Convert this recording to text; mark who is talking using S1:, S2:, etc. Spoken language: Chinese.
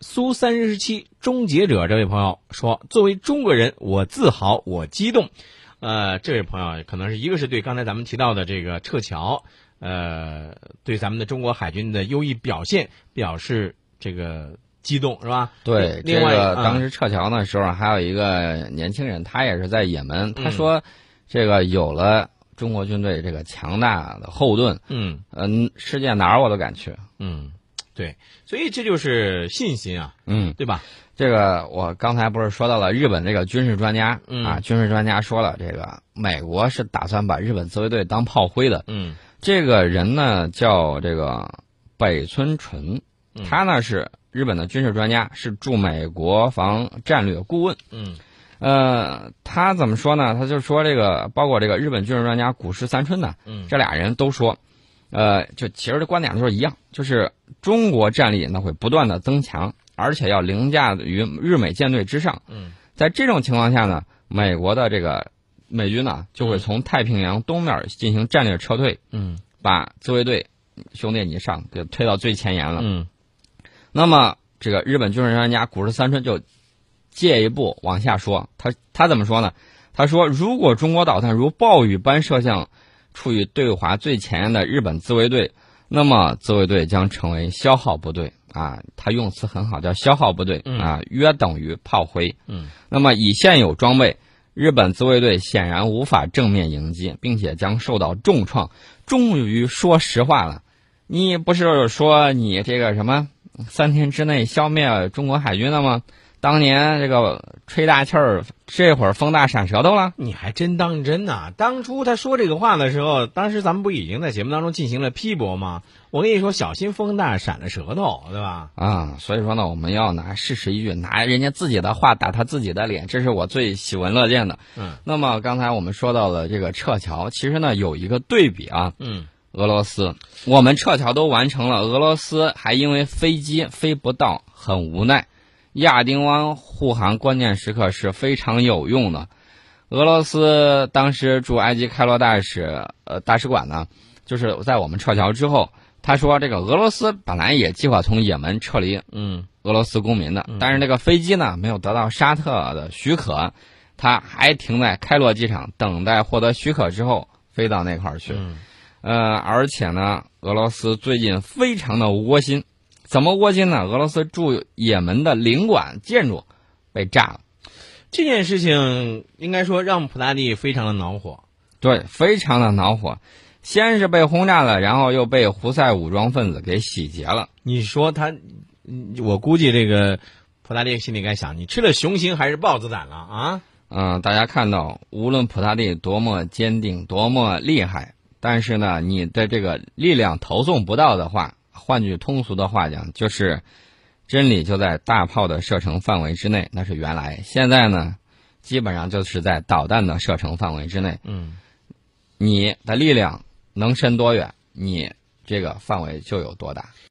S1: 苏三十七终结者这位朋友说：“作为中国人，我自豪，我激动。”呃，这位朋友可能是一个是对刚才咱们提到的这个撤侨，呃，对咱们的中国海军的优异表现表示这个激动，是吧？
S2: 对，
S1: 另外
S2: 这个当
S1: 嗯
S2: 时撤侨的时候，还有一个年轻人，他也是在也门，他
S1: 嗯
S2: 说，这个有了中国军队这个强大的后盾，
S1: 嗯
S2: 嗯，世界哪儿我都敢去。
S1: 嗯，对，所以这就是信心啊，
S2: 嗯，
S1: 对吧？
S2: 这个我刚才不是说到了日本这个军事专家、
S1: 嗯
S2: 啊，军事专家说了，这个美国是打算把日本自卫队当炮灰的。
S1: 嗯
S2: 这个人呢叫这个北村纯
S1: 嗯，
S2: 他呢是日本的军事专家，是驻美国防战略顾问。
S1: 嗯
S2: 呃，他怎么说呢？他就说这个，包括这个日本军事专家古市三春呢，
S1: 嗯
S2: 这俩人都说，呃，就其实这观点都是一样，就是中国战力呢会不断的增强，而且要凌驾于日美舰队之上。
S1: 嗯，
S2: 在这种情况下呢，美国的这个美军呢就会从太平洋东面进行战略撤退，
S1: 嗯
S2: 把自卫队兄弟你上给推到最前沿了。
S1: 嗯
S2: 那么这个日本军事专家古市三春就借一步往下说，他他怎么说呢？他说，如果中国导弹如暴雨般射向处于对华最前沿的日本自卫队，那么自卫队将成为消耗部队啊。他用词很好，叫消耗部队
S1: 嗯
S2: 啊，约等于炮灰。
S1: 嗯，
S2: 那么以现有装备。日本自卫队显然无法正面迎击，并且将受到重创。终于说实话了，你不是说你这个什么三天之内消灭中国海军了吗？当年这个吹大气儿，这会儿风大闪舌头了。
S1: 你还真当真呐、当初他说这个话的时候，当时咱们不已经在节目当中进行了批驳吗？我跟你说，小心风大闪了舌头，对吧？
S2: 啊，所以说呢，我们要拿事实依据，拿人家自己的话打他自己的脸，这是我最喜闻乐见的。
S1: 嗯，
S2: 那么刚才我们说到了这个撤侨，其实呢有一个对比啊，
S1: 嗯
S2: 俄罗斯，我们撤侨都完成了，俄罗斯还因为飞机飞不到，很无奈。亚丁湾护航关键时刻是非常有用的。俄罗斯当时驻埃及开罗大使呃大使馆呢，就是在我们撤侨之后，他说这个俄罗斯本来也计划从也门撤离
S1: 嗯
S2: 俄罗斯公民的，但是那个飞机呢没有得到沙特的许可，它还停在开罗机场等待获得许可之后飞到那块儿去。
S1: 嗯
S2: 呃，而且呢，俄罗斯最近非常的窝心，怎么窝心呢？俄罗斯驻也门的领馆建筑被炸了，
S1: 这件事情应该说让普大帝非常的恼火。
S2: 对，非常的恼火。先是被轰炸了，然后又被胡塞武装分子给洗劫了。
S1: 你说他，嗯我估计这个普大帝心里该想：你吃了雄心还是豹子胆了啊？
S2: 嗯、大家看到，无论普大帝多么坚定，多么厉害，但是呢，你的这个力量投送不到的话，换句通俗的话讲，就是真理就在大炮的射程范围之内，那是原来。现在呢，基本上就是在导弹的射程范围之内，
S1: 嗯
S2: 你的力量能伸多远，你这个范围就有多大。